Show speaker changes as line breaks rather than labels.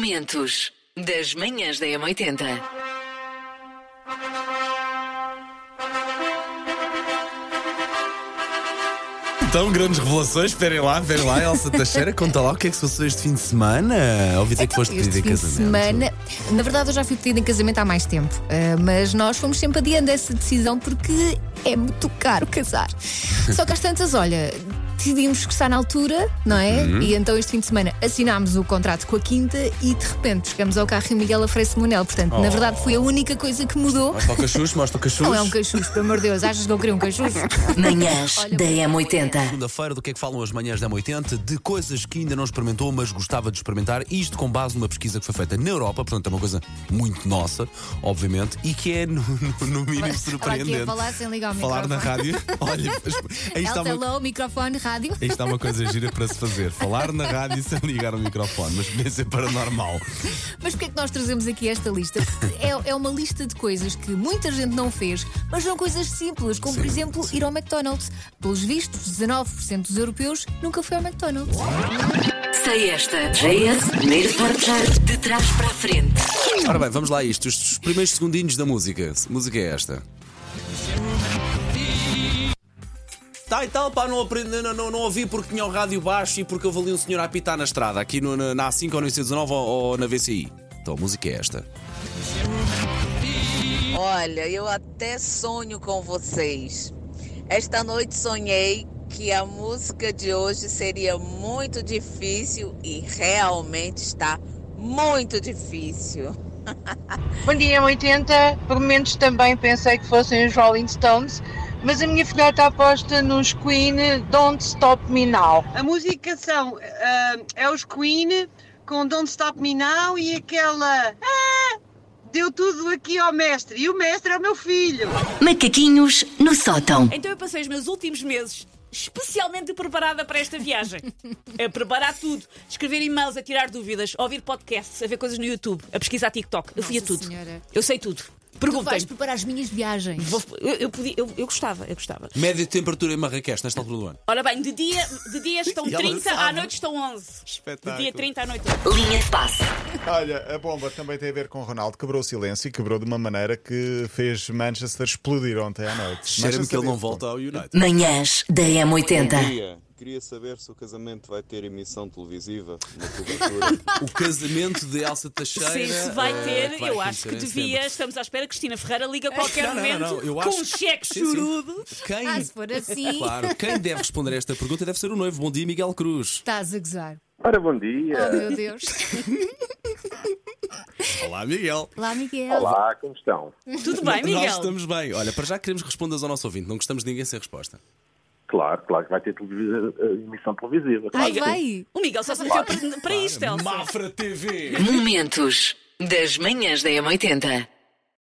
Momentos das manhãs da M80.
Então, grandes revelações, esperem lá, esperem lá, Elsa Teixeira, conta lá o que é que se passou este fim de semana. Ouvi dizer que foste
Então, este
pedido em
fim de
casamento.
semana, na verdade eu já fui pedida em casamento há mais tempo, eh, mas nós fomos sempre adiando essa decisão porque é muito caro casar. Só que às tantas, olha, decidimos que está na altura, não é?
Uhum.
E então este fim de semana assinámos o contrato com a Quinta e de repente chegamos ao carro e o Miguel oferece Monel. Portanto,
Oh.
na verdade foi a única coisa que mudou.
Mostra o cachucho, mostra o cachucho.
Não é um cachucho, pelo amor de Deus, achas que eu queria um cachucho?
Manhãs
Olha,
da
boa
M80.
Segunda-feira, do que é que falam as manhãs da 80 de coisas que ainda não experimentou, mas gostava de experimentar. Isto com base numa pesquisa que foi feita na Europa, portanto é uma coisa muito nossa, obviamente, e que é, no, no- no mínimo,
Estava aqui
surpreendente.
a falar sem ligar o
Falar na
microfone.
rádio. Olha, aí está
Elsa,
uma
hello, microfone, rádio.
Aí está uma coisa gira para se fazer. Falar na rádio sem ligar o microfone, mas podia ser paranormal.
Mas porquê é que nós trazemos aqui esta lista? Porque É, é uma lista de coisas que muita gente não fez, mas são coisas simples, como por exemplo ir ao McDonald's. Pelos vistos, 19% dos europeus nunca foi ao McDonald's.
Sei esta. JS, primeiro forjar de trás para a frente.
Ora bem, vamos lá a isto. Os os primeiros segundinhos da música. Que música é esta? Tá e tal, pá, não, aprendi, não, não, não ouvi porque tinha o rádio baixo e porque eu valia um senhor a apitar na estrada, aqui no- na, na A5 ou no IC19 ou, ou na VCI. Então a música é esta.
Olha, eu até sonho com vocês. Esta noite sonhei que a música de hoje seria muito difícil e realmente está muito difícil.
Bom dia, 80. Por momentos também pensei que fossem os Rolling Stones, mas a minha filhota aposta nos Queen Don't Stop Me Now.
A música são ah, é os Queen com Don't Stop Me Now e aquela "Ah, deu tudo aqui ao mestre e o mestre é o meu filho.
Macaquinhos no sótão.
Então eu passei os meus últimos meses especialmente preparada para esta viagem. A preparar tudo, escrever e-mails, a tirar dúvidas, a ouvir podcasts, a ver coisas no YouTube, a pesquisar TikTok. Eu fui a
Nossa
tudo.
Senhora.
Eu sei tudo.
Tu vais
Perguntem.
preparar as minhas viagens.
Vou- Eu, eu, podia- eu- eu gostava, eu gostava.
Média de temperatura em Marrakech, nesta altura do ano.
Ora bem, de dia, de dia estão
E ela
30, à
sabe.
noite estão 11.
Espetáculo.
De dia 30 à noite 11.
Linha de passe.
Olha, a bomba também tem a ver com o Ronaldo. Quebrou o silêncio e quebrou de uma maneira que fez Manchester explodir ontem à noite.
Cheira-me
Manchester
que ele não
disse,
volta ao United.
Manhãs da
Bom
M80.
dia. Queria saber se o casamento vai ter emissão televisiva na cobertura.
O casamento de Elsa Teixeira.
Sim, se vai
eh,
ter,
vai
eu acho que
acontecer em
devia.
setembro.
Estamos à espera. Cristina Ferreira liga a qualquer
Não, não, não,
momento
não, eu
com
acho-
um cheque
Sim, sim.
chorudo.
Quem...
Ah, se for assim,
Claro, quem deve responder a esta pergunta deve ser o noivo. Bom dia, Miguel Cruz.
estás a gozar.
Ora, bom dia.
Oh meu Deus.
Olá, Miguel.
Lá, Miguel.
Olá, como estão?
Tudo bem,
Nós
Miguel?
estamos bem. Olha, para já queremos que respondas ao nosso ouvinte. Não gostamos de ninguém sem resposta.
Claro, claro que vai ter televisi- eh, emissão televisiva.
Ai,
claro que sim.
vai.
O Miguel só se meteu para, para isto, Elsa.
Mafra TV.
Momentos das manhãs da M80.